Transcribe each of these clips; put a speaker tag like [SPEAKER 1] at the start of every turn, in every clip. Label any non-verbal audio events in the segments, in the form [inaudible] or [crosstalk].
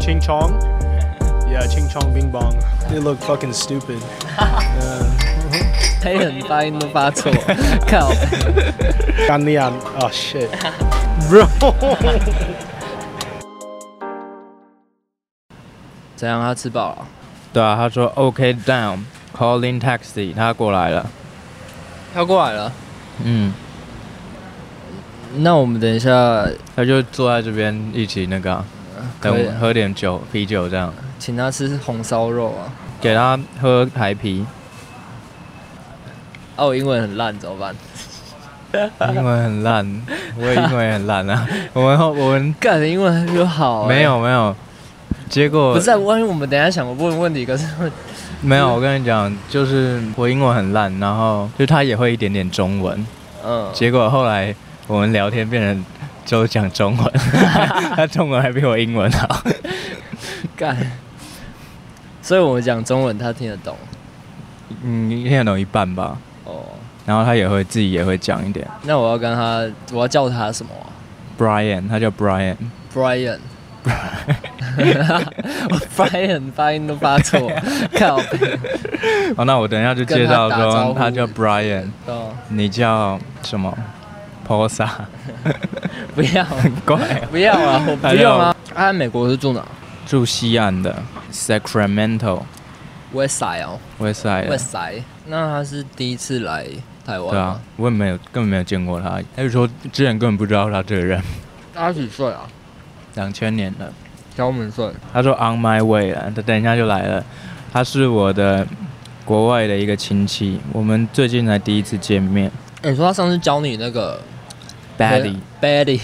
[SPEAKER 1] Ching Chong? Yeah, Ching Chong Bing Bong. They look fucking [laughs] stupid. Yeah.
[SPEAKER 2] 黑人发音都发错， [laughs] 靠！
[SPEAKER 1] Ghanaian. Oh [laughs] shit. Bro.
[SPEAKER 2] 怎样？他吃饱了？
[SPEAKER 3] 对啊，他说 OK down calling taxi，他过来了。
[SPEAKER 2] 他过来了。
[SPEAKER 3] 嗯，
[SPEAKER 2] 那我们等一下
[SPEAKER 3] 他就坐在这边一起那个啊、等
[SPEAKER 2] 可以
[SPEAKER 3] 我喝点酒，啤酒这样，
[SPEAKER 2] 请他吃红烧肉啊。
[SPEAKER 3] 给他喝
[SPEAKER 2] [laughs]
[SPEAKER 3] 台啤，
[SPEAKER 2] 啊，我英文很烂，怎么办？
[SPEAKER 3] 英文很烂，我也英文也很
[SPEAKER 2] [laughs]
[SPEAKER 3] 烂啊。我们后我们
[SPEAKER 2] 干，你英文很好、欸。
[SPEAKER 3] 没，有没有，结果
[SPEAKER 2] 不是、啊，万一我们等一下想问问题，可是
[SPEAKER 3] 没有。我跟你讲，就是我英文很烂，然后就他也会一点点中文，
[SPEAKER 2] 嗯，
[SPEAKER 3] 结果后来我们聊天变成就讲
[SPEAKER 2] [laughs]
[SPEAKER 3] 中文，他中文还比我英文好。
[SPEAKER 2] 干。所以我们讲中文，他听得懂。
[SPEAKER 3] 嗯，听得懂一半吧。
[SPEAKER 2] 哦，
[SPEAKER 3] 然后他也会自己也会讲一点。
[SPEAKER 2] 那我要跟他，我要叫他什么啊、
[SPEAKER 3] Brian，他叫 Brian， [laughs]
[SPEAKER 2] Brian。我 Brian 发音都发
[SPEAKER 3] [laughs]
[SPEAKER 2] 错，靠北！
[SPEAKER 3] 哦，那我等一下就介绍
[SPEAKER 2] 跟他打招
[SPEAKER 3] 说
[SPEAKER 2] 呼
[SPEAKER 3] 他叫 Brian，
[SPEAKER 2] 哦，
[SPEAKER 3] 你叫什么？Posa， [laughs]
[SPEAKER 2] 不要，
[SPEAKER 3] 很怪哦、
[SPEAKER 2] 不要啊，我不用啊。他在美国是住哪
[SPEAKER 3] 住西岸的 Sacramento
[SPEAKER 2] ？West Side 哦
[SPEAKER 3] West Side 的。
[SPEAKER 2] ，West Side。那他是第一次来台湾
[SPEAKER 3] 对啊
[SPEAKER 2] 吗？，
[SPEAKER 3] 我也没有根本没有见过他，他就说之前根本不知道他这个人，
[SPEAKER 2] 他几岁啊？
[SPEAKER 3] 两千年的。
[SPEAKER 2] 小我们岁。
[SPEAKER 3] 他说 On my way 了，他等一下就来了。他是我的国外的一个亲戚，我们最近才第一次见面。
[SPEAKER 2] 欸你说他上次教你那个啊
[SPEAKER 3] Baddy
[SPEAKER 2] Baddy，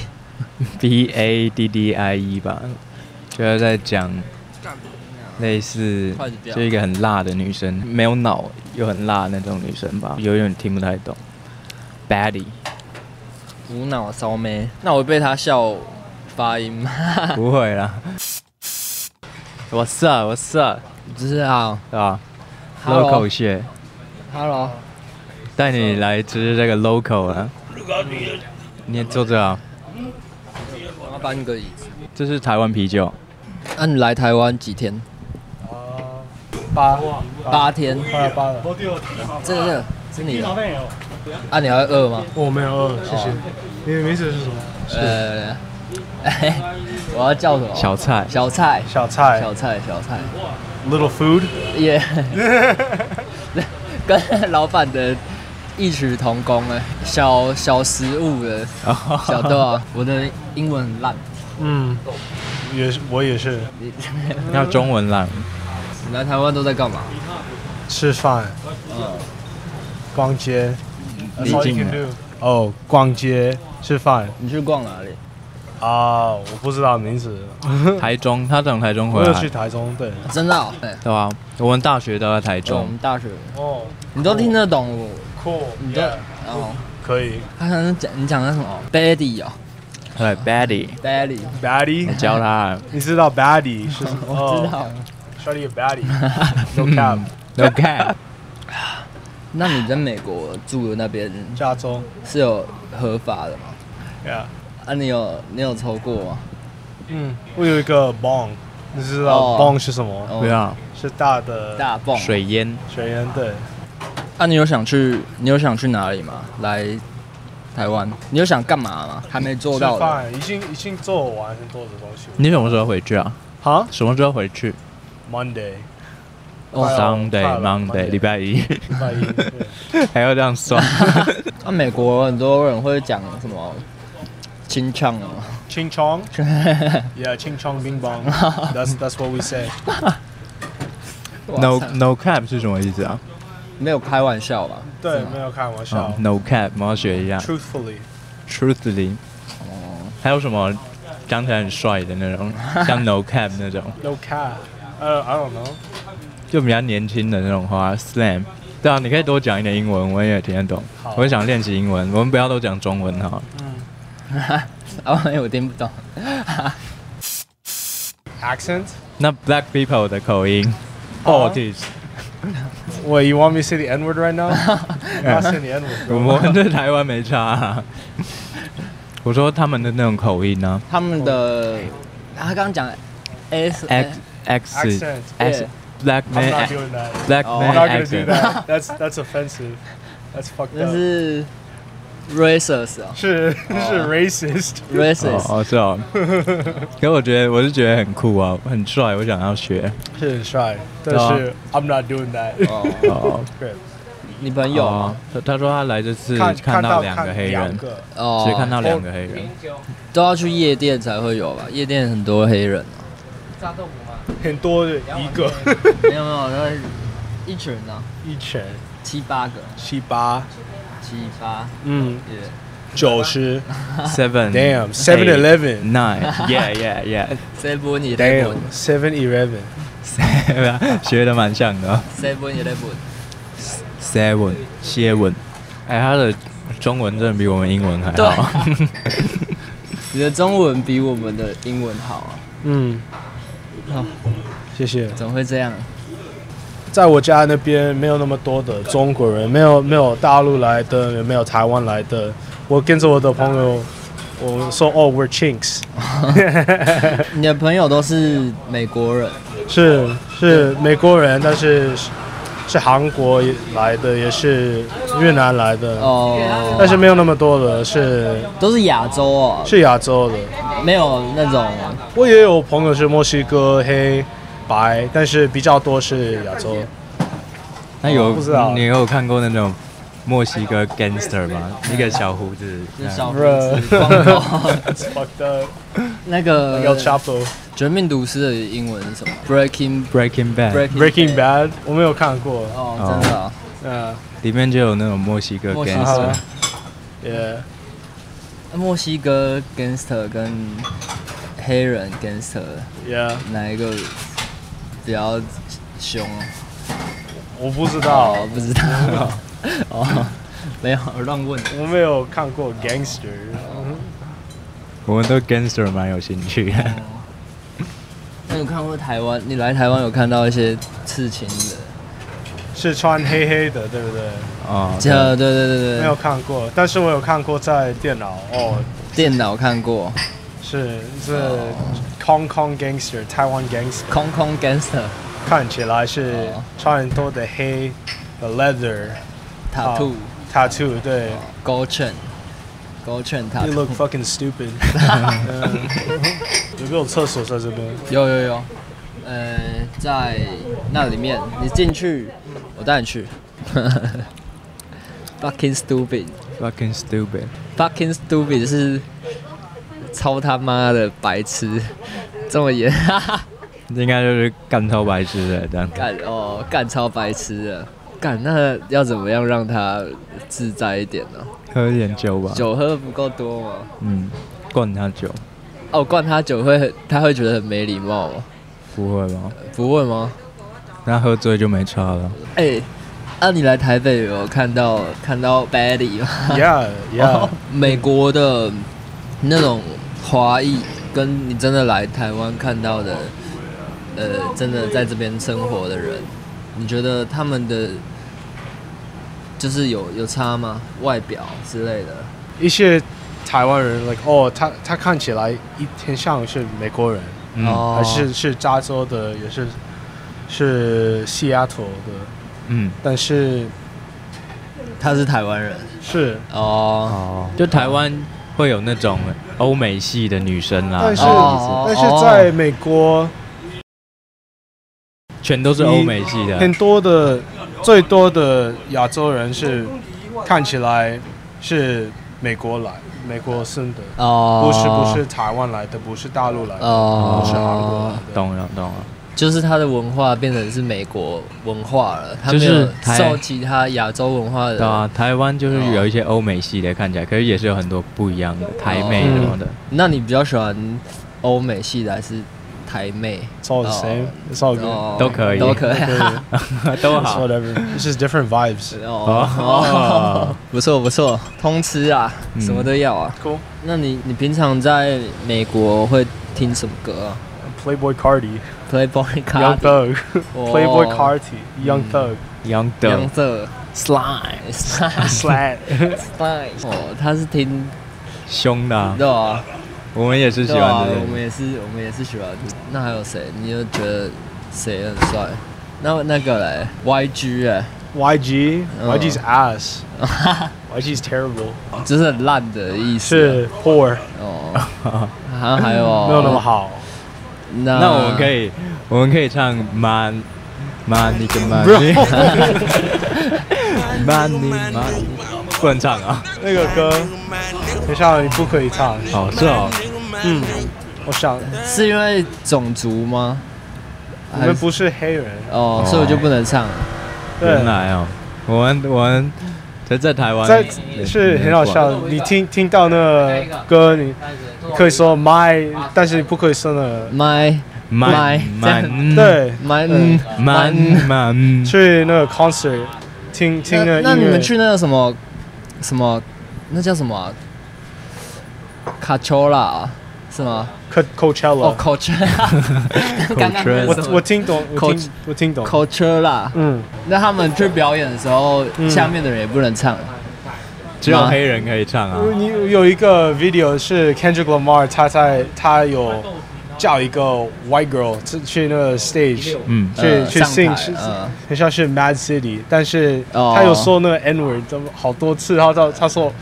[SPEAKER 3] B A D D I E 吧，就是在讲类似
[SPEAKER 2] 筷子掉
[SPEAKER 3] 就一个很辣的女生，没有脑又很辣那种女生吧，有点听不太懂。Baddy
[SPEAKER 2] [laughs] 无脑骚妹，那我会被他笑发音吗？ [laughs]
[SPEAKER 3] 不会啦。What's up? What's up?
[SPEAKER 2] 不知道。
[SPEAKER 3] 对吧
[SPEAKER 2] Hello
[SPEAKER 3] ？Local 蟹
[SPEAKER 2] Hello，
[SPEAKER 3] 带你来吃这个 local 啊。你也坐这啊，
[SPEAKER 2] 我要搬个椅子。
[SPEAKER 3] 这是台湾啤酒，
[SPEAKER 2] 那、你来台湾几天？
[SPEAKER 1] 呃八
[SPEAKER 2] 八天。
[SPEAKER 1] 快要八了，
[SPEAKER 2] 这个这个是你的。啊，你还会饿吗？哦
[SPEAKER 1] 我没有饿，谢谢。你的名字是什么？
[SPEAKER 2] 呃， [laughs] 嘿我要叫什么？
[SPEAKER 3] 小菜。
[SPEAKER 2] 小菜，
[SPEAKER 1] 小菜
[SPEAKER 2] 小菜，小菜，
[SPEAKER 1] Little Food。 [laughs] Mm.
[SPEAKER 2] 耶、 [laughs] 跟老板的异曲同工哎，小小食
[SPEAKER 1] [laughs]
[SPEAKER 2] 物的小豆啊，我的英文很烂，
[SPEAKER 1] 嗯，也是，我也是
[SPEAKER 2] 你
[SPEAKER 3] [laughs] 要中文啦，
[SPEAKER 2] 你来台湾都在干嘛？
[SPEAKER 1] 吃饭，Uh. 逛街。
[SPEAKER 3] 你
[SPEAKER 1] That's all you
[SPEAKER 3] 进
[SPEAKER 1] can
[SPEAKER 3] 了
[SPEAKER 1] do. Oh, 哦，逛街吃饭
[SPEAKER 2] 你去逛哪里？
[SPEAKER 1] 啊，Ah, 我不知道名字。 [laughs]
[SPEAKER 3] 台中，他从台中回
[SPEAKER 1] 我
[SPEAKER 3] 来
[SPEAKER 1] 有，去台中，对。
[SPEAKER 2] 真的、哦？哎、
[SPEAKER 3] 对吧？我们大学都在台
[SPEAKER 2] 我
[SPEAKER 3] 中
[SPEAKER 2] 们，大学，
[SPEAKER 1] 哦，
[SPEAKER 2] 你都听得懂我？
[SPEAKER 1] 酷，
[SPEAKER 2] 你都哦，
[SPEAKER 1] 可以。
[SPEAKER 2] 他刚刚讲你讲的什么？Daddy 哦
[SPEAKER 3] 对，Baddy，
[SPEAKER 2] ，Daddy，
[SPEAKER 3] 我
[SPEAKER 1] Baddie，
[SPEAKER 3] 教他
[SPEAKER 1] 你知道 [laughs] Baddie 是什么？
[SPEAKER 2] 我知
[SPEAKER 1] 哦
[SPEAKER 2] 道。
[SPEAKER 1] Shawty a baddie，no cap。
[SPEAKER 3] no [laughs] cap，
[SPEAKER 2] 那你在美国住的那边
[SPEAKER 1] 加州
[SPEAKER 2] 是有合法的吗？
[SPEAKER 1] ，Yeah，
[SPEAKER 2] 啊，你有你有抽过吗？
[SPEAKER 1] 嗯，我有一个 bong，你知道
[SPEAKER 2] 哦
[SPEAKER 1] bong 是什么？
[SPEAKER 2] 哦
[SPEAKER 3] 对啊，
[SPEAKER 1] 是大的
[SPEAKER 2] 大泵。
[SPEAKER 3] 水淹，
[SPEAKER 1] 水烟，对，
[SPEAKER 2] 啊，你有想去？你有想去哪里吗？来台湾？你有想干嘛吗？还没做
[SPEAKER 1] 吃
[SPEAKER 2] 到的。
[SPEAKER 1] 饭已经已经做完很多的东西。
[SPEAKER 3] 你什么时候回去啊？
[SPEAKER 1] 好
[SPEAKER 3] 什么时候回去
[SPEAKER 1] Monday，
[SPEAKER 2] 哦
[SPEAKER 3] ？Sunday、
[SPEAKER 1] 快了
[SPEAKER 3] Monday，
[SPEAKER 1] Monday
[SPEAKER 3] 礼拜一，
[SPEAKER 1] 礼拜一， [laughs] 对
[SPEAKER 3] 还要这样算？
[SPEAKER 2] 啊，美国很多人会讲什么清唱哦，
[SPEAKER 1] Ching Chong，Yeah, Ching Chong Bing Bong. That's that's what we say.
[SPEAKER 3] No
[SPEAKER 2] 哇塞
[SPEAKER 3] No cap 是什么意思啊？
[SPEAKER 2] 没有开玩笑吧？
[SPEAKER 1] 对，没有开玩笑
[SPEAKER 3] 哦。，No cap 我要学一下。
[SPEAKER 1] Truthfully，
[SPEAKER 3] Truthfully，还有什么讲起来很帅的那种，像 No cap 那种， [laughs]
[SPEAKER 1] no cap. 呃，I don't know.
[SPEAKER 3] 就比较年轻的那种话，slam。对啊，你可以多讲一点英文，我也听得懂
[SPEAKER 1] 好。
[SPEAKER 3] 我也想练习英文，我们不要都讲中文哈。
[SPEAKER 2] 啊， [laughs] 我听不懂。
[SPEAKER 1] Accent?
[SPEAKER 3] 那 Black people 的口音 Oh,
[SPEAKER 1] 好啊
[SPEAKER 3] ，Autis。
[SPEAKER 1] Wait, you want me to say the N word right now? I'm not saying the N
[SPEAKER 3] [laughs] 我
[SPEAKER 1] word.
[SPEAKER 3] 们对台湾没差、啊。我说他们的那种口音呢、
[SPEAKER 2] 他们的，啊他刚刚讲 S
[SPEAKER 3] X X
[SPEAKER 1] Accent.
[SPEAKER 3] X
[SPEAKER 2] Yeah.
[SPEAKER 3] black
[SPEAKER 1] I'm not
[SPEAKER 3] man
[SPEAKER 1] doing that.
[SPEAKER 3] black
[SPEAKER 1] I'm
[SPEAKER 2] Oh.
[SPEAKER 3] man
[SPEAKER 1] not gonna do [laughs]
[SPEAKER 3] accent。
[SPEAKER 1] that. That's that's offensive. That's fucked
[SPEAKER 2] 那
[SPEAKER 1] up.
[SPEAKER 2] 是 racist 啊
[SPEAKER 1] [laughs] 是是 [laughs] racist。
[SPEAKER 3] 哦
[SPEAKER 2] racist，
[SPEAKER 3] 哦
[SPEAKER 1] [laughs]
[SPEAKER 3] 是哦，可我觉得我是觉得很酷啊，很帅，我想要学。
[SPEAKER 1] 是很帅，但
[SPEAKER 3] 对啊
[SPEAKER 1] 是 I'm not doing that 。 [laughs]
[SPEAKER 2] 哦，
[SPEAKER 3] 哦，
[SPEAKER 2] 你朋友
[SPEAKER 3] 哦
[SPEAKER 2] 吗？
[SPEAKER 3] 他他说他来这次
[SPEAKER 1] 看
[SPEAKER 3] 看
[SPEAKER 1] 到
[SPEAKER 3] 到两个黑人，
[SPEAKER 1] 个
[SPEAKER 2] 哦，
[SPEAKER 3] 只看到两个黑人。
[SPEAKER 2] 都要去夜店才会有吧？夜店很多黑人啊，
[SPEAKER 1] 很多的一个
[SPEAKER 2] [laughs]
[SPEAKER 1] [laughs]
[SPEAKER 2] 没有没有，那一群啊，
[SPEAKER 1] 一拳
[SPEAKER 2] 七八个，
[SPEAKER 1] 七八，
[SPEAKER 2] 七八，
[SPEAKER 1] 嗯，
[SPEAKER 2] 也
[SPEAKER 1] 九十
[SPEAKER 3] Seven
[SPEAKER 1] ，damn seven eleven。
[SPEAKER 3] nine yeah yeah yeah，
[SPEAKER 2] seven
[SPEAKER 1] Damn,
[SPEAKER 2] eleven
[SPEAKER 1] seven eleven.
[SPEAKER 3] [laughs] 学的蛮像的哦。
[SPEAKER 2] seven eleven，
[SPEAKER 3] Seven 谢文，哎，他的中文真的比我们英文还
[SPEAKER 2] 对
[SPEAKER 3] 好。
[SPEAKER 2] 你的中文比我们的英文好啊，
[SPEAKER 1] 嗯，
[SPEAKER 2] 好，
[SPEAKER 1] 谢谢。
[SPEAKER 2] 怎么会 [laughs] 这样？
[SPEAKER 1] 在我家那边没有那么多的中国人，没有没有大陆来的，也没有台湾来的。我跟着我的朋友，我说哦，we're chinks，
[SPEAKER 2] 你的朋友都是美国人，
[SPEAKER 1] [laughs] 是是美国人，但是是是韩国来的，也是越南来的，
[SPEAKER 2] 哦，
[SPEAKER 1] 但是没有那么多的，是
[SPEAKER 2] 都是亚洲哦，
[SPEAKER 1] 是亚洲的。
[SPEAKER 2] 没有那种
[SPEAKER 1] 我也有朋友是墨西哥黑白，但是比较多是亚洲。
[SPEAKER 3] [laughs] 那有
[SPEAKER 1] 不知道
[SPEAKER 3] 你有看过那种墨西哥 gangster 吗？一个小胡子，
[SPEAKER 2] 是小胡子
[SPEAKER 1] Bruh
[SPEAKER 2] 光 [laughs] 头，
[SPEAKER 1] It's fucked up.
[SPEAKER 2] 哦那个
[SPEAKER 1] El Chapo,
[SPEAKER 2] 绝命毒师的英文是什么？Breaking
[SPEAKER 3] Breaking Bad
[SPEAKER 2] Breaking
[SPEAKER 1] Breaking Bad，我没有看过。
[SPEAKER 2] 哦，真的啊，
[SPEAKER 1] 嗯、
[SPEAKER 3] 里面就有那种墨西哥
[SPEAKER 2] 墨西哥
[SPEAKER 3] gangster，
[SPEAKER 1] yeah. 哦
[SPEAKER 2] 墨西哥 gangster 跟黑人 gangster
[SPEAKER 1] Yeah，
[SPEAKER 2] 哪一个比较凶啊？
[SPEAKER 1] 我不知道，
[SPEAKER 2] 哦，不
[SPEAKER 1] [laughs]
[SPEAKER 2] 知道。哦，没有乱问的。
[SPEAKER 1] 我没有看过 Gangster。
[SPEAKER 3] 我们对 gangster 蛮有兴
[SPEAKER 2] [laughs]
[SPEAKER 3] 趣的。
[SPEAKER 2] 那你有看过台湾？你来台湾有看到一些刺青的？
[SPEAKER 1] 哦是穿黑黑的，对不对？
[SPEAKER 3] 哦，
[SPEAKER 2] 这对对对对
[SPEAKER 1] 没有看过，但是我有看过在电脑哦，
[SPEAKER 2] 电脑看过。
[SPEAKER 1] 是是 Hong Kong Gangster，台湾 Gangster，
[SPEAKER 2] 空空 gangster
[SPEAKER 1] 看起来是
[SPEAKER 2] 哦
[SPEAKER 1] 穿很多的黑的 leather
[SPEAKER 2] tattoo
[SPEAKER 1] tattoo，对
[SPEAKER 2] gold chain gold chain
[SPEAKER 1] 哦，You
[SPEAKER 2] tattoo
[SPEAKER 1] look。fucking
[SPEAKER 2] [laughs]
[SPEAKER 1] stupid 嗯。有没有厕所在这
[SPEAKER 2] [laughs]
[SPEAKER 1] 边？
[SPEAKER 2] 有有有，呃，在那里面，你进去，我带你去。Fucking stupid，fucking
[SPEAKER 3] fucking stupid，
[SPEAKER 2] stupid 是超他妈的白痴，这么严， [laughs] 哈哈
[SPEAKER 3] 应该就是干超白痴的这样。
[SPEAKER 2] 干哦干超白痴的，干那要怎么样让他自在一点呢、
[SPEAKER 3] 喝一点酒吧，
[SPEAKER 2] 酒喝不够多吗？
[SPEAKER 3] 嗯，灌他酒，
[SPEAKER 2] 哦，灌他酒会很他会觉得很没礼貌吗？
[SPEAKER 3] 不会吧？
[SPEAKER 2] 不会吗？
[SPEAKER 3] 那喝醉就没差了。
[SPEAKER 2] 哎、那、你来台北有看到看到 Betty 吗？
[SPEAKER 1] Yeah, yeah.
[SPEAKER 2] 美国的那种华裔，跟你真的来台湾看到的，呃，真的在这边生活的人，你觉得他们的就是有有差吗？外表之类的？
[SPEAKER 1] 一些台湾人，like 哦，他他看起来一天像是美国人，
[SPEAKER 2] 哦
[SPEAKER 3] 嗯
[SPEAKER 1] 还是是加州的，也是是西雅图的，
[SPEAKER 3] 嗯，
[SPEAKER 1] 但是
[SPEAKER 2] 他是台湾人
[SPEAKER 1] 是，
[SPEAKER 2] 哦，
[SPEAKER 3] 哦，就台湾会有那种欧美系的女生啊啦，
[SPEAKER 1] 但是、
[SPEAKER 2] 哦
[SPEAKER 1] 但是在美国
[SPEAKER 3] 全都是欧美系的。啊
[SPEAKER 1] 很多的最多的亚洲人是看起来是美国来，美国生的，
[SPEAKER 2] 哦，
[SPEAKER 1] 不是不是台湾来的，不是大陆来的，
[SPEAKER 2] 哦，
[SPEAKER 1] 不是韩国来的，
[SPEAKER 3] 哦懂了懂了，
[SPEAKER 2] 就是他的文化变成是美国文化了，他
[SPEAKER 3] 就
[SPEAKER 2] 没
[SPEAKER 3] 是
[SPEAKER 2] 有
[SPEAKER 3] 台
[SPEAKER 2] 受其他亚洲文化
[SPEAKER 3] 对
[SPEAKER 2] 的。
[SPEAKER 3] 啊，台湾就是有一些欧美系的看起来，可是也是有很多不一样的台妹什么的。
[SPEAKER 2] 那你比较喜欢欧美系的还是台妹？
[SPEAKER 1] ？It's all the same, it's all good.
[SPEAKER 2] 哦
[SPEAKER 3] 都可以
[SPEAKER 2] 都可以。
[SPEAKER 3] [laughs] 都
[SPEAKER 1] [laughs] It's
[SPEAKER 3] 好
[SPEAKER 1] whatever. It's just different vibes. [laughs]
[SPEAKER 2] 哦
[SPEAKER 1] Oh
[SPEAKER 3] 哦，
[SPEAKER 2] 不错不错，通吃啊，
[SPEAKER 3] 嗯
[SPEAKER 2] 什么都要啊。
[SPEAKER 1] Cool.
[SPEAKER 2] 那你你平常在美国会听什么歌啊
[SPEAKER 1] Playboy Cardi, Oh Hmm
[SPEAKER 2] ？Playboy
[SPEAKER 1] Young
[SPEAKER 2] Card、
[SPEAKER 1] Thug, Playboy
[SPEAKER 2] 哦
[SPEAKER 1] Cardi, Young Thug,
[SPEAKER 3] Young
[SPEAKER 2] 杨
[SPEAKER 3] Thug
[SPEAKER 2] 色、Slime、Slime、
[SPEAKER 1] Slat.
[SPEAKER 2] Slime。哦，他是听
[SPEAKER 3] 凶的啊，
[SPEAKER 2] 对啊，
[SPEAKER 3] 我们也是喜
[SPEAKER 2] 对啊
[SPEAKER 3] 欢这，
[SPEAKER 2] 我们
[SPEAKER 3] 些。
[SPEAKER 2] 也是，我们也是喜欢。那还有谁？你又觉得谁很帅？那那个嘞，YG 哎、
[SPEAKER 1] YG
[SPEAKER 2] Oh.
[SPEAKER 1] YG's ass YG's terrible
[SPEAKER 2] 就是很烂的意思。啊
[SPEAKER 1] 是 Oh poor
[SPEAKER 2] 哦，
[SPEAKER 1] [laughs]
[SPEAKER 2] 好像还有哦
[SPEAKER 1] 没有那么。好
[SPEAKER 2] 那
[SPEAKER 3] 那我们可
[SPEAKER 2] 以
[SPEAKER 3] 以，我们可以唱《Man Man》你跟 Man
[SPEAKER 1] 不
[SPEAKER 3] Man
[SPEAKER 1] 要
[SPEAKER 3] Man Man，不能唱啊。
[SPEAKER 1] 那个歌，等一下你不可以唱。
[SPEAKER 3] 哦，是哦，
[SPEAKER 1] 嗯，我想
[SPEAKER 2] 是因为种族吗？
[SPEAKER 1] 我
[SPEAKER 2] 还
[SPEAKER 1] 们
[SPEAKER 2] 是
[SPEAKER 1] 不是黑人，
[SPEAKER 2] 哦
[SPEAKER 3] 哦，
[SPEAKER 2] 所以我就不能唱。
[SPEAKER 1] 对
[SPEAKER 3] 原，来哦，我们我们在在台湾
[SPEAKER 1] 在
[SPEAKER 3] 也
[SPEAKER 1] 是很好笑。
[SPEAKER 2] 没
[SPEAKER 1] 你听听到那个歌，你你可以说 my，但是你不可以说那个
[SPEAKER 2] My
[SPEAKER 3] 蛮
[SPEAKER 2] 这样
[SPEAKER 3] 蛮
[SPEAKER 1] 对，
[SPEAKER 2] My 嗯
[SPEAKER 3] 蛮
[SPEAKER 2] My-
[SPEAKER 3] 蛮
[SPEAKER 1] 去那个 concert 听听那
[SPEAKER 2] 那那
[SPEAKER 1] 个
[SPEAKER 2] 你
[SPEAKER 1] 音乐
[SPEAKER 2] 们，去那个什么什么，那叫什么啊？卡丘拉是吗？
[SPEAKER 1] Co-
[SPEAKER 2] 哦
[SPEAKER 1] Coachella， [laughs]
[SPEAKER 2] ，Coachella，刚刚那个什
[SPEAKER 1] 我
[SPEAKER 2] 么
[SPEAKER 1] 我听懂，我听
[SPEAKER 2] Coach-
[SPEAKER 1] 我听懂，
[SPEAKER 2] Coachella。
[SPEAKER 1] 嗯，
[SPEAKER 2] 那他们去表演的时候，
[SPEAKER 1] 嗯
[SPEAKER 2] 下面的人也不能唱。
[SPEAKER 3] 只有黑人可以唱啊。
[SPEAKER 1] 你有一个 video 是 Kendrick Lamar，他在他有叫一个 white girl 去去那个 stage，
[SPEAKER 3] 嗯，
[SPEAKER 1] 去
[SPEAKER 2] 呃
[SPEAKER 1] 去
[SPEAKER 2] 上
[SPEAKER 1] sing，
[SPEAKER 2] 台
[SPEAKER 1] 是
[SPEAKER 2] 呃
[SPEAKER 1] 很像是 Mad City，但是
[SPEAKER 2] 哦
[SPEAKER 1] 他有说那个 N word 这么好多次，然后他他说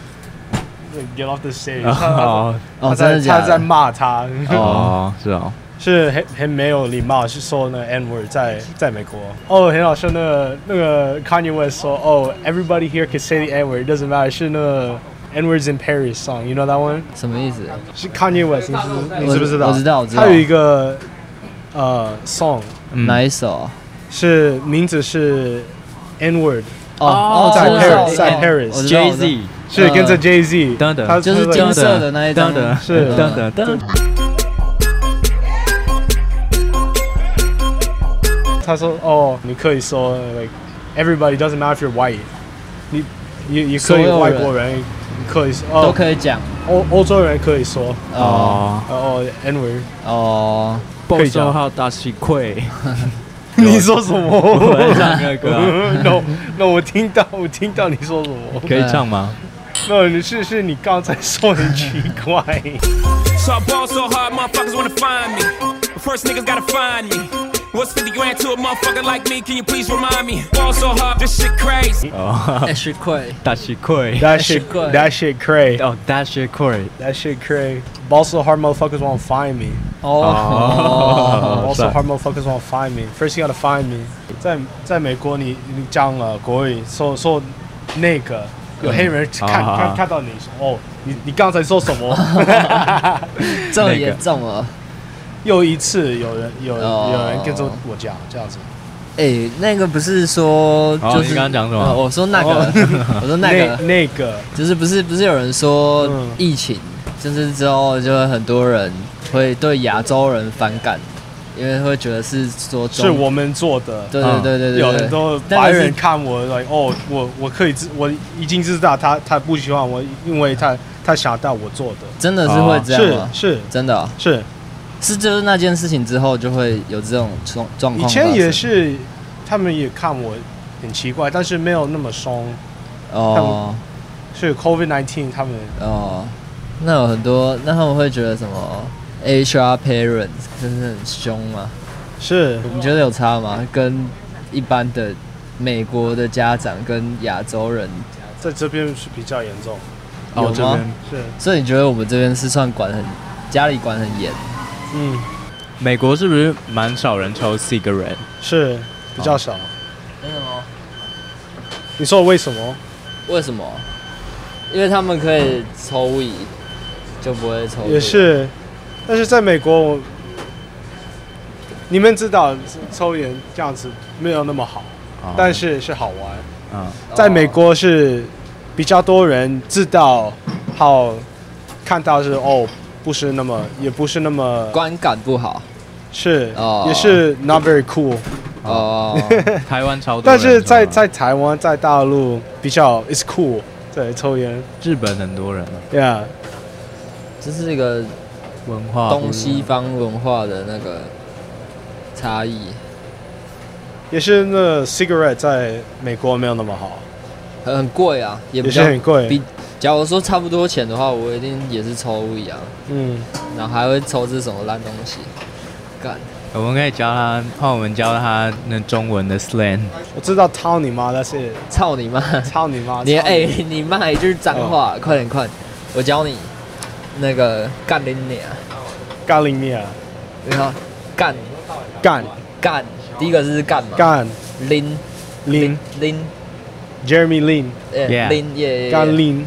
[SPEAKER 1] Get off the stage，他
[SPEAKER 3] 哦
[SPEAKER 1] 他
[SPEAKER 2] 哦，真
[SPEAKER 1] 在
[SPEAKER 2] 的假
[SPEAKER 1] 他
[SPEAKER 2] 的？
[SPEAKER 1] 在骂他，
[SPEAKER 3] 哦，是哦，
[SPEAKER 1] [laughs] 是很很没有礼貌，是说那个 N word 在在美国哦，很好笑，那个那个 Kanye West 说哦，Everybody here can say the N word，it doesn't matter，是那个 N words in Paris song，you know that one？
[SPEAKER 2] 什么意思？
[SPEAKER 1] 是 Kanye West，你知你知不知道？
[SPEAKER 2] 我知道我知道
[SPEAKER 1] 他有一个呃 song
[SPEAKER 3] 嗯
[SPEAKER 2] 哪一首？
[SPEAKER 1] 是名字是 N word。
[SPEAKER 2] 哦
[SPEAKER 3] 哦
[SPEAKER 1] 在
[SPEAKER 2] 我知道
[SPEAKER 1] Paris，在 Paris
[SPEAKER 2] 我知道
[SPEAKER 3] Jay
[SPEAKER 2] 我知道
[SPEAKER 3] Z
[SPEAKER 1] 是跟着
[SPEAKER 2] 呃
[SPEAKER 1] Jay Z，
[SPEAKER 3] 等等
[SPEAKER 1] 他
[SPEAKER 2] 就是
[SPEAKER 1] 他
[SPEAKER 2] 金色的那一张
[SPEAKER 3] 等等
[SPEAKER 1] 是
[SPEAKER 3] 等等等，
[SPEAKER 1] 他说哦，你可以说 like everybody doesn't matter if you're white，你你你可
[SPEAKER 2] 所
[SPEAKER 1] 以
[SPEAKER 2] 有人
[SPEAKER 1] 外国人，你可以说
[SPEAKER 2] 都
[SPEAKER 1] 哦，
[SPEAKER 2] 可以讲。
[SPEAKER 1] 欧欧洲人可以说
[SPEAKER 2] 哦
[SPEAKER 3] 哦，
[SPEAKER 1] 哦 N word，
[SPEAKER 2] 哦，
[SPEAKER 1] 可以讲
[SPEAKER 3] 报号大气 [laughs] 溃，
[SPEAKER 1] 你说什么？
[SPEAKER 3] 我在唱那个啊
[SPEAKER 1] [laughs] no no，我听到我听到你说什么
[SPEAKER 3] [laughs] 可以唱吗？
[SPEAKER 1] ？no，你是是你刚才说很奇怪。
[SPEAKER 4] So I ball so hard, motherfuckers wanna find me. But first, niggas gotta find me. What's 50 grand to a motherfucker like me? Can you please remind me? Ball so hard, this shit crazy.
[SPEAKER 3] 哦，
[SPEAKER 2] H 愧
[SPEAKER 3] 大气溃，
[SPEAKER 1] That shit
[SPEAKER 2] shit cray.
[SPEAKER 1] that shit cray
[SPEAKER 3] 哦，大气溃，
[SPEAKER 1] that shit cray. Also hard motherfuckers won't find me. [laughs]
[SPEAKER 2] [laughs] 哦，
[SPEAKER 3] 哦
[SPEAKER 1] Also,
[SPEAKER 3] 帅
[SPEAKER 1] hard motherfuckers want to find me. First, you gotta find me. 在在美国你，你讲了国语，说说那个
[SPEAKER 2] 嗯
[SPEAKER 1] 有黑人看、
[SPEAKER 3] 啊啊啊
[SPEAKER 1] 看看到你说哦，你你刚才说什么？
[SPEAKER 2] [laughs] 这么严重啊了。
[SPEAKER 1] [laughs] 又一次有人有
[SPEAKER 2] 哦
[SPEAKER 1] 有人跟着我讲这样子，
[SPEAKER 2] 哎，那个不是说
[SPEAKER 3] 哦
[SPEAKER 2] 就是
[SPEAKER 3] 你刚刚讲什么
[SPEAKER 2] 呃我说那个， [laughs] 我说那
[SPEAKER 1] 那
[SPEAKER 2] 个，
[SPEAKER 1] 哦那个
[SPEAKER 2] 就是不是不是有人说
[SPEAKER 1] 嗯
[SPEAKER 2] 疫情，就是之后就会很多人会对亚洲人反感，因为会觉得是说中
[SPEAKER 1] 是我们做的。
[SPEAKER 2] 对
[SPEAKER 3] 嗯
[SPEAKER 2] 对对对对，
[SPEAKER 1] 有
[SPEAKER 2] 对
[SPEAKER 1] 很多
[SPEAKER 2] 但
[SPEAKER 1] 白
[SPEAKER 2] 是
[SPEAKER 1] 人看我来哦，我我可以知我已经知道他他不喜欢我，因为他他想到我做的，
[SPEAKER 2] 真的是会这样吗？
[SPEAKER 1] 啊是
[SPEAKER 2] 真的哦、
[SPEAKER 1] 是是，
[SPEAKER 2] 是就是那件事情之后就会有这种状状
[SPEAKER 1] 以
[SPEAKER 2] 况发生。
[SPEAKER 1] 前也是，他们也看我很奇怪，但是没有那么凶。
[SPEAKER 2] 哦
[SPEAKER 1] 是 COVID 1 9他们
[SPEAKER 2] 哦，那有很多，那他们会觉得什么 HR parents 真的很凶吗？
[SPEAKER 1] 是
[SPEAKER 2] 你觉得有差吗？跟一般的美国的家长跟亚洲人，
[SPEAKER 1] 在这边是比较严重，
[SPEAKER 2] 有
[SPEAKER 3] 哦这
[SPEAKER 2] 吗
[SPEAKER 3] 边
[SPEAKER 1] 是
[SPEAKER 2] 所以你觉得我们这边是算管很家里管很严？
[SPEAKER 1] 嗯
[SPEAKER 3] 美国是不是蛮少人抽 cigarette？
[SPEAKER 1] 是比较少。
[SPEAKER 2] 真的吗？
[SPEAKER 1] 你说为什么？
[SPEAKER 2] 为什么？因为他们可以抽尾，就不会抽。
[SPEAKER 1] 也，是，但是在美国，我你们知道抽烟这样子没有那么好，
[SPEAKER 3] 哦
[SPEAKER 1] 但是是好玩。
[SPEAKER 3] 嗯
[SPEAKER 1] 在美国是比较多人知道，好看到是哦，不是那么，也不是那么
[SPEAKER 2] 观感不好
[SPEAKER 1] 是，
[SPEAKER 2] 哦
[SPEAKER 1] 也是 not very cool。 [laughs]
[SPEAKER 2] 哦。
[SPEAKER 3] 台湾超多
[SPEAKER 1] 但
[SPEAKER 3] 人抽啊，
[SPEAKER 1] 是在在台湾、在大陆比较 is cool，对，抽烟
[SPEAKER 3] 日本很多人啊
[SPEAKER 1] ，yeah，
[SPEAKER 2] 这是一个
[SPEAKER 3] 文化不一样
[SPEAKER 2] 东西方文化的那个差异
[SPEAKER 1] 也是那 cigarette 在美国没有那么好，
[SPEAKER 2] 很很贵啊，也比
[SPEAKER 1] 也是
[SPEAKER 2] 较
[SPEAKER 1] 很贵
[SPEAKER 2] 比假如说差不多钱的话，我一定也是抽一啊，
[SPEAKER 1] 嗯，
[SPEAKER 2] 然后还会抽这什么烂东西，干。
[SPEAKER 3] 我们可以教他，换我们教他那中文的 slang。 [laughs]
[SPEAKER 1] 我知道操你妈，That's it，
[SPEAKER 2] 操
[SPEAKER 1] [laughs]
[SPEAKER 2] 你妈！
[SPEAKER 1] 操你妈，
[SPEAKER 2] 你
[SPEAKER 1] 操
[SPEAKER 2] 哎、你骂一句脏话，
[SPEAKER 1] 哦
[SPEAKER 2] 快点快点，我教你那个干你娘，
[SPEAKER 1] 干你面，
[SPEAKER 2] 然后干
[SPEAKER 1] 干
[SPEAKER 2] 干，第一个是干嘛？
[SPEAKER 1] 干
[SPEAKER 2] 拎
[SPEAKER 1] 林
[SPEAKER 2] 拎，
[SPEAKER 1] ，Jeremy Lin，
[SPEAKER 2] 呃
[SPEAKER 3] Yeah
[SPEAKER 2] 拎耶
[SPEAKER 1] 干林，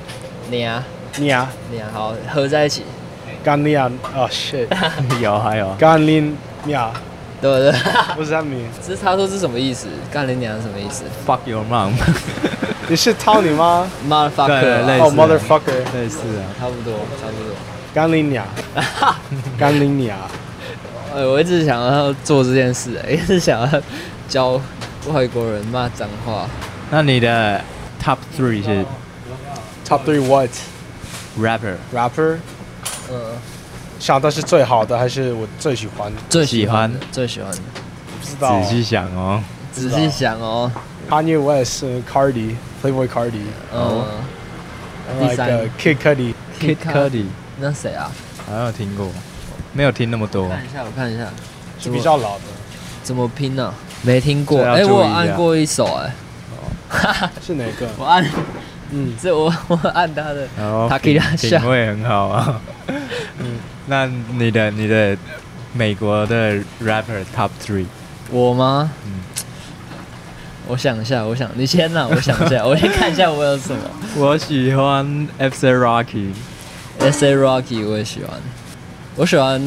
[SPEAKER 2] 娘
[SPEAKER 1] 娘，
[SPEAKER 2] 娘，好合在一起，
[SPEAKER 1] 干娘，哦 shit，
[SPEAKER 3] 有还有，啊
[SPEAKER 1] 干林娘，
[SPEAKER 2] 对不对？ [laughs]
[SPEAKER 1] 不是他名，
[SPEAKER 2] 这是他说是什么意思？干你娘是什么意思
[SPEAKER 3] fuck your mom，
[SPEAKER 1] 你是操你妈，
[SPEAKER 2] [laughs] ？motherfucker，
[SPEAKER 3] 对
[SPEAKER 2] 啊
[SPEAKER 3] 类似
[SPEAKER 1] 哦 motherfucker，
[SPEAKER 3] [laughs] 类似啊，
[SPEAKER 2] 差不多差不多。
[SPEAKER 1] 干林娘，干林娘，
[SPEAKER 2] 呃，我一直想要做这件事、哎一直想要教外国人骂脏话。
[SPEAKER 3] 那你的 top three 是
[SPEAKER 1] Top three what
[SPEAKER 3] rapper
[SPEAKER 1] rapper？
[SPEAKER 2] 嗯，
[SPEAKER 1] 想到是最好的还是我最喜欢？
[SPEAKER 2] 最
[SPEAKER 3] 喜欢
[SPEAKER 2] 的最喜欢的。
[SPEAKER 1] 不知道
[SPEAKER 3] 仔细想哦，
[SPEAKER 2] 仔细想哦，
[SPEAKER 1] Kanye West、Cardi、Playboy Cardi、
[SPEAKER 2] 嗯第
[SPEAKER 1] like
[SPEAKER 2] 三
[SPEAKER 1] uh, Kid Cudi。
[SPEAKER 3] Kid Cudi
[SPEAKER 2] 那谁啊？
[SPEAKER 3] 好像有听过，没有听那么多。
[SPEAKER 2] 看一下，我看一下
[SPEAKER 1] 是比较老的，
[SPEAKER 2] 怎么拼呢？没听过，
[SPEAKER 3] 这要
[SPEAKER 2] 哎，
[SPEAKER 3] 注意
[SPEAKER 2] 我有
[SPEAKER 3] 一下
[SPEAKER 2] 按过一首，哎，
[SPEAKER 1] 是哪个？
[SPEAKER 2] 我按，
[SPEAKER 1] 嗯，
[SPEAKER 2] 这我我按他的，
[SPEAKER 3] 然后
[SPEAKER 2] 他可以
[SPEAKER 3] 品
[SPEAKER 2] 让他笑
[SPEAKER 3] 品味很好啊。 [laughs] 那你的你的美国的 rapper top three，
[SPEAKER 2] 我吗
[SPEAKER 3] 嗯？
[SPEAKER 2] 我想一下，我想你先啦，我想一下，我先看一下我有什么。
[SPEAKER 3] 我喜欢 FC Rocky，
[SPEAKER 2] S A Rocky 我也喜欢，我喜欢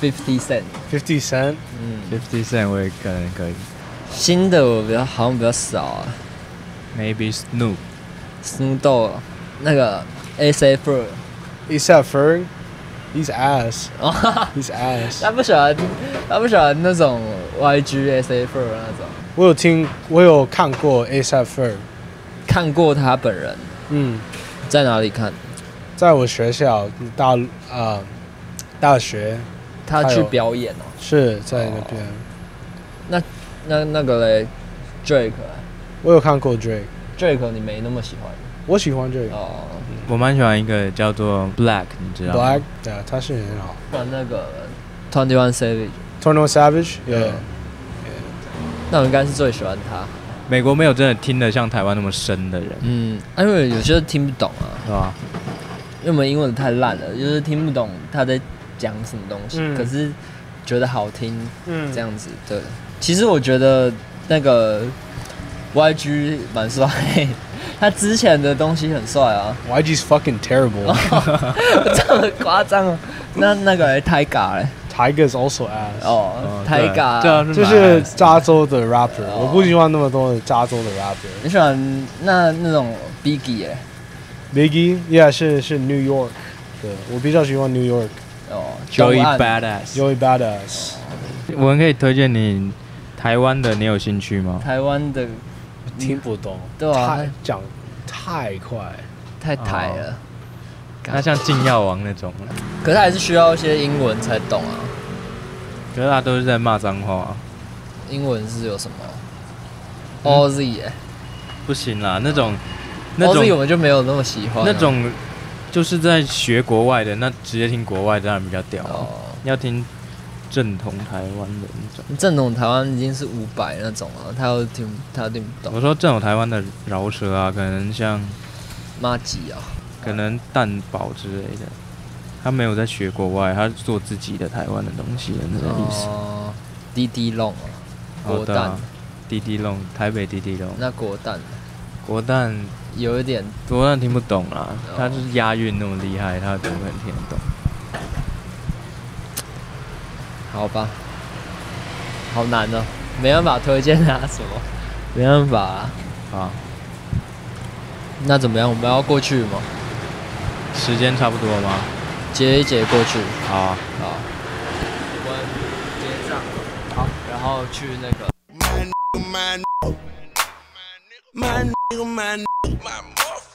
[SPEAKER 2] Fifty Cent，
[SPEAKER 1] Fifty Cent，
[SPEAKER 2] 嗯，
[SPEAKER 3] Fifty Cent 我也可能可以
[SPEAKER 2] 新的我比较好像比较少啊
[SPEAKER 3] ，Maybe Snoop，
[SPEAKER 2] ，Snoop Dogg 那个 S A Pro，
[SPEAKER 1] he's a fur, he's ass,
[SPEAKER 2] 哦哈哈
[SPEAKER 1] he's ass
[SPEAKER 2] [laughs] 他。不喜欢，他不喜欢那种 YG S A Pro 那种。
[SPEAKER 1] 我有听，我有看过 ASAP fur，
[SPEAKER 2] 看过他本人，
[SPEAKER 1] 嗯，
[SPEAKER 2] 在哪里看？
[SPEAKER 1] 在我学校大啊、呃大学
[SPEAKER 2] 他
[SPEAKER 1] 他
[SPEAKER 2] 去
[SPEAKER 1] 有
[SPEAKER 2] 表演哦。
[SPEAKER 1] 是在那边，
[SPEAKER 2] 那那个嘞，Drake，Drake
[SPEAKER 1] 我有看过 Drake，
[SPEAKER 2] 你没那么喜欢
[SPEAKER 1] 我喜欢 Drake。
[SPEAKER 2] 哦。
[SPEAKER 3] 我蛮喜欢一个叫做 Black，你知道吗
[SPEAKER 1] Black，对啊，他是很好。
[SPEAKER 2] 不然那个 Twenty One Savage，
[SPEAKER 1] Torno Savage，
[SPEAKER 2] 对
[SPEAKER 1] yeah
[SPEAKER 2] 那我应该是最喜欢他。
[SPEAKER 3] 美国没有真的听得像台湾那么深的人，
[SPEAKER 2] 嗯，啊因为有些听不懂啊，
[SPEAKER 3] 是吧？
[SPEAKER 2] 因为我们英文太烂了，就是听不懂他在讲什么东西，
[SPEAKER 1] 嗯
[SPEAKER 2] 可是觉得好听
[SPEAKER 1] 嗯
[SPEAKER 2] 这样子。对，其实我觉得那个 YG 蛮帅，他之前的东西很帅啊。 [laughs]
[SPEAKER 1] YG's fucking terrible.
[SPEAKER 2] 这么夸张啊？那那个泰嘎嘞？
[SPEAKER 1] Tiger's also ass.
[SPEAKER 2] 哦，泰嘎，
[SPEAKER 3] 对啊，
[SPEAKER 1] 就
[SPEAKER 3] 蛮
[SPEAKER 1] 是
[SPEAKER 3] ass
[SPEAKER 1] 加州的 rapper，、
[SPEAKER 2] 哦
[SPEAKER 1] 我不喜欢那么多的加州的 rapper。
[SPEAKER 2] 你喜欢那那种 Biggie 哎？
[SPEAKER 1] Biggie，yeah 是是 New York，对我比较喜欢 New York。
[SPEAKER 2] 哦
[SPEAKER 3] Joey
[SPEAKER 2] 东岸
[SPEAKER 3] Badass。
[SPEAKER 1] Joey Badass，
[SPEAKER 3] 我们可以推荐你台湾的，你有兴趣吗？
[SPEAKER 2] 台湾的
[SPEAKER 1] 听不懂，嗯
[SPEAKER 2] 对啊
[SPEAKER 1] 太讲太快。
[SPEAKER 2] 太
[SPEAKER 3] 哦
[SPEAKER 2] 台了，
[SPEAKER 3] 那像禁药王那种，啊
[SPEAKER 2] 可是还是需要一些英文才懂啊。
[SPEAKER 3] 可是他都是在骂脏话，啊
[SPEAKER 2] 英文是有什么？Oz
[SPEAKER 3] 嗯
[SPEAKER 2] 哎
[SPEAKER 3] 不行啦，那种那
[SPEAKER 2] ，Oz 我
[SPEAKER 3] 种
[SPEAKER 2] 们就没哦有那么喜欢啊
[SPEAKER 3] 那种就是在学国外的，那直接听国外当然比较屌啊，
[SPEAKER 2] 哦，
[SPEAKER 3] 要听正统台湾的那种。
[SPEAKER 2] 正统台湾已经是五百那种了，他又听他又听不懂。
[SPEAKER 3] 我说正统台湾的饶舌啊，可能像
[SPEAKER 2] 妈吉啊，
[SPEAKER 3] 可能蛋堡之类的，他没有在学国外，他做自己的台湾的东西的那种意思。
[SPEAKER 2] 哦，滴滴弄啊，
[SPEAKER 3] 哦
[SPEAKER 2] 国
[SPEAKER 3] 对啊
[SPEAKER 2] 蛋，
[SPEAKER 3] 滴滴龙，台北滴滴龙，
[SPEAKER 2] 那国蛋
[SPEAKER 3] 国蛋
[SPEAKER 2] 有一点
[SPEAKER 3] 国蛋听不懂啦，
[SPEAKER 2] 哦
[SPEAKER 3] 他就是押韵那么厉害，他怎么可能听得懂？
[SPEAKER 2] 好吧，好难哦，没办法推荐啊，什么，没办法、啊。
[SPEAKER 3] 啊，
[SPEAKER 2] 那怎么样？我们要过去吗？
[SPEAKER 3] 时间差不多吗？
[SPEAKER 2] 结一结过去啊
[SPEAKER 3] 好啊。。
[SPEAKER 2] 好我们结账，好，然后去那个。
[SPEAKER 5] My nigga, my nigga, my nigga, my nigga, my motherfucker.